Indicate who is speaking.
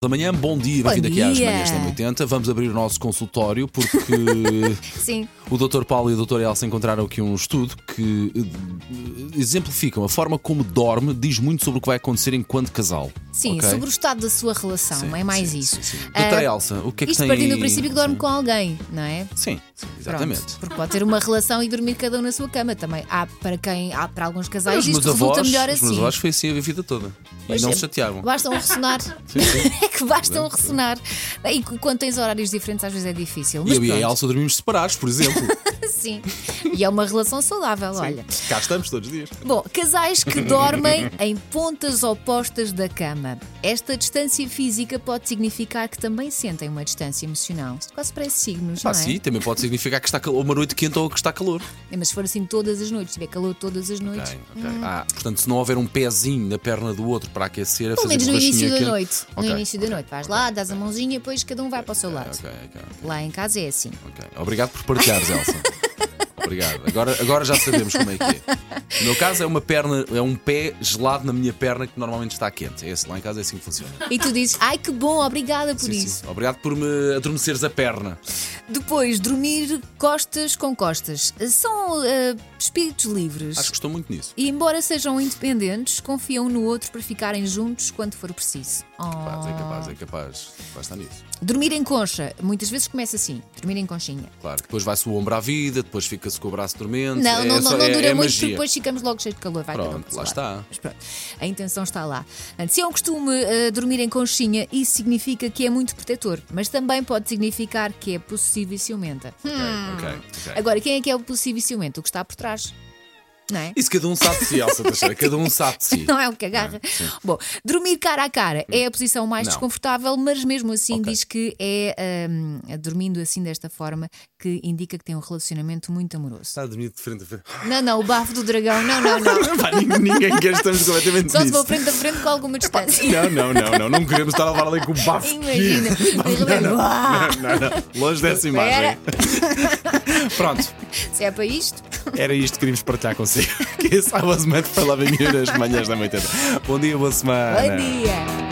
Speaker 1: da manhã, bom dia,
Speaker 2: Bom
Speaker 1: bem-vindo aqui às
Speaker 2: dia.
Speaker 1: manhãs da 80. Vamos abrir o nosso consultório porque
Speaker 2: Sim.
Speaker 1: o Dr. Paulo e o Dr. Elsa encontraram aqui um estudo que eh, exemplificam a forma como dorme diz muito sobre o que vai acontecer enquanto casal.
Speaker 2: Sim,
Speaker 1: Ok?
Speaker 2: sobre o estado da sua relação,
Speaker 1: Sim,
Speaker 2: é mais
Speaker 1: sim,
Speaker 2: isso.
Speaker 1: Sim, sim.
Speaker 2: Ah,
Speaker 1: Doutora Elsa, o que é que
Speaker 2: Isto
Speaker 1: tem
Speaker 2: partindo do
Speaker 1: aí?
Speaker 2: princípio que dorme com alguém, não é?
Speaker 1: Sim, sim,
Speaker 2: Pronto,
Speaker 1: exatamente.
Speaker 2: porque pode ter uma relação e dormir cada um na sua cama também. Há para quem, há para alguns casais,
Speaker 1: Os meus
Speaker 2: isto resulta
Speaker 1: avós,
Speaker 2: melhor
Speaker 1: os meus
Speaker 2: assim.
Speaker 1: avós foi assim a vida toda.
Speaker 2: Pois
Speaker 1: e não
Speaker 2: é,
Speaker 1: se chateavam.
Speaker 2: Basta um ressonar.
Speaker 1: Sim, sim.
Speaker 2: É que basta um ressonar. E quando tens horários diferentes, às vezes é difícil.
Speaker 1: E
Speaker 2: Mas
Speaker 1: eu e a
Speaker 2: pronto,
Speaker 1: Elsa dormimos separados, por exemplo.
Speaker 2: sim. E é uma relação saudável, olha.
Speaker 1: Cá estamos todos os dias.
Speaker 2: Bom, casais que dormem em pontas opostas da cama. Esta distância física pode significar que também sentem uma distância emocional. Isto quase parece signos,
Speaker 1: Ah,
Speaker 2: não é?
Speaker 1: sim, também pode significar que está calor, uma noite quente ou que está calor.
Speaker 2: É, Mas se for assim todas as noites, tiver calor todas as noites.
Speaker 1: Ok, ok. Ah, portanto, se não houver um pezinho na perna do outro para aquecer, a
Speaker 2: Pelo
Speaker 1: fazer
Speaker 2: menos no início
Speaker 1: borrachinha
Speaker 2: da
Speaker 1: quente-
Speaker 2: noite.
Speaker 1: Ok,
Speaker 2: No início da noite. Vais lá, dás a mãozinha e depois cada um vai para o seu lado.
Speaker 1: Ok, ok,
Speaker 2: Lá em casa é assim.
Speaker 1: ok. Obrigado por partilhares, Elsa. Obrigado. Agora, agora já sabemos como é que é. No meu caso é uma perna, é um pé gelado na minha perna que normalmente está quente. É esse, lá em casa é assim que funciona.
Speaker 2: E tu dizes, ai que bom, obrigada por
Speaker 1: Sim,
Speaker 2: isso.
Speaker 1: sim. Obrigado por me adormeceres a perna.
Speaker 2: Depois, dormir costas com costas. São eh, espíritos livres.
Speaker 1: Acho que estou muito nisso.
Speaker 2: E embora sejam independentes, confiam um no outro para ficarem juntos quando for preciso.
Speaker 1: Capaz, é
Speaker 2: Oh.
Speaker 1: capaz, é capaz. Vai estar nisso.
Speaker 2: Dormir em concha. Muitas vezes começa assim, dormir em conchinha.
Speaker 1: Claro. Depois vai-se o ombro à vida, depois fica-se com o braço dormente.
Speaker 2: Não,
Speaker 1: é
Speaker 2: não,
Speaker 1: só-
Speaker 2: não, não
Speaker 1: é-
Speaker 2: dura
Speaker 1: é
Speaker 2: muito porque
Speaker 1: magia.
Speaker 2: depois ficamos logo cheios de calor. Vai
Speaker 1: Pronto,
Speaker 2: cada um para o seu
Speaker 1: lá
Speaker 2: lado.
Speaker 1: está.
Speaker 2: Mas pronto, a intenção está lá. Portanto, Se é um costume eh, dormir em conchinha, isso significa que é muito protetor, mas também pode significar que é possessivo e ciumenta.
Speaker 1: Ok, ok.
Speaker 2: Agora, quem Hum. é que é o possessivo e ciumento? O que está por trás? Não é?
Speaker 1: Isso cada um sabe de si, Elsa Teixeira. Cada um sabe de si.
Speaker 2: Não é o que agarra. Bom, dormir cara a cara é a posição mais
Speaker 1: Não.
Speaker 2: desconfortável, mas mesmo assim
Speaker 1: Ok.
Speaker 2: diz que é hum, dormindo assim desta forma que indica que tem um relacionamento muito amoroso.
Speaker 1: Está a dormir de frente a frente.
Speaker 2: Não, não, o bafo do dragão, não, não, não.
Speaker 1: Pá, ninguém, ninguém quer, estamos completamente
Speaker 2: Só se
Speaker 1: nisso.
Speaker 2: for frente a frente com alguma
Speaker 1: Não,
Speaker 2: distância.
Speaker 1: não, não, não, não queremos estar a levar ali com o bafo.
Speaker 2: Imagina. Uau!
Speaker 1: Não, não, longe dessa imagem. Pronto,
Speaker 2: Se é para isto.
Speaker 1: era isto que queríamos partilhar é consigo. Que esse I was meant for loving you nas manhãs da 80. Bom dia, boa semana.
Speaker 2: Bom dia!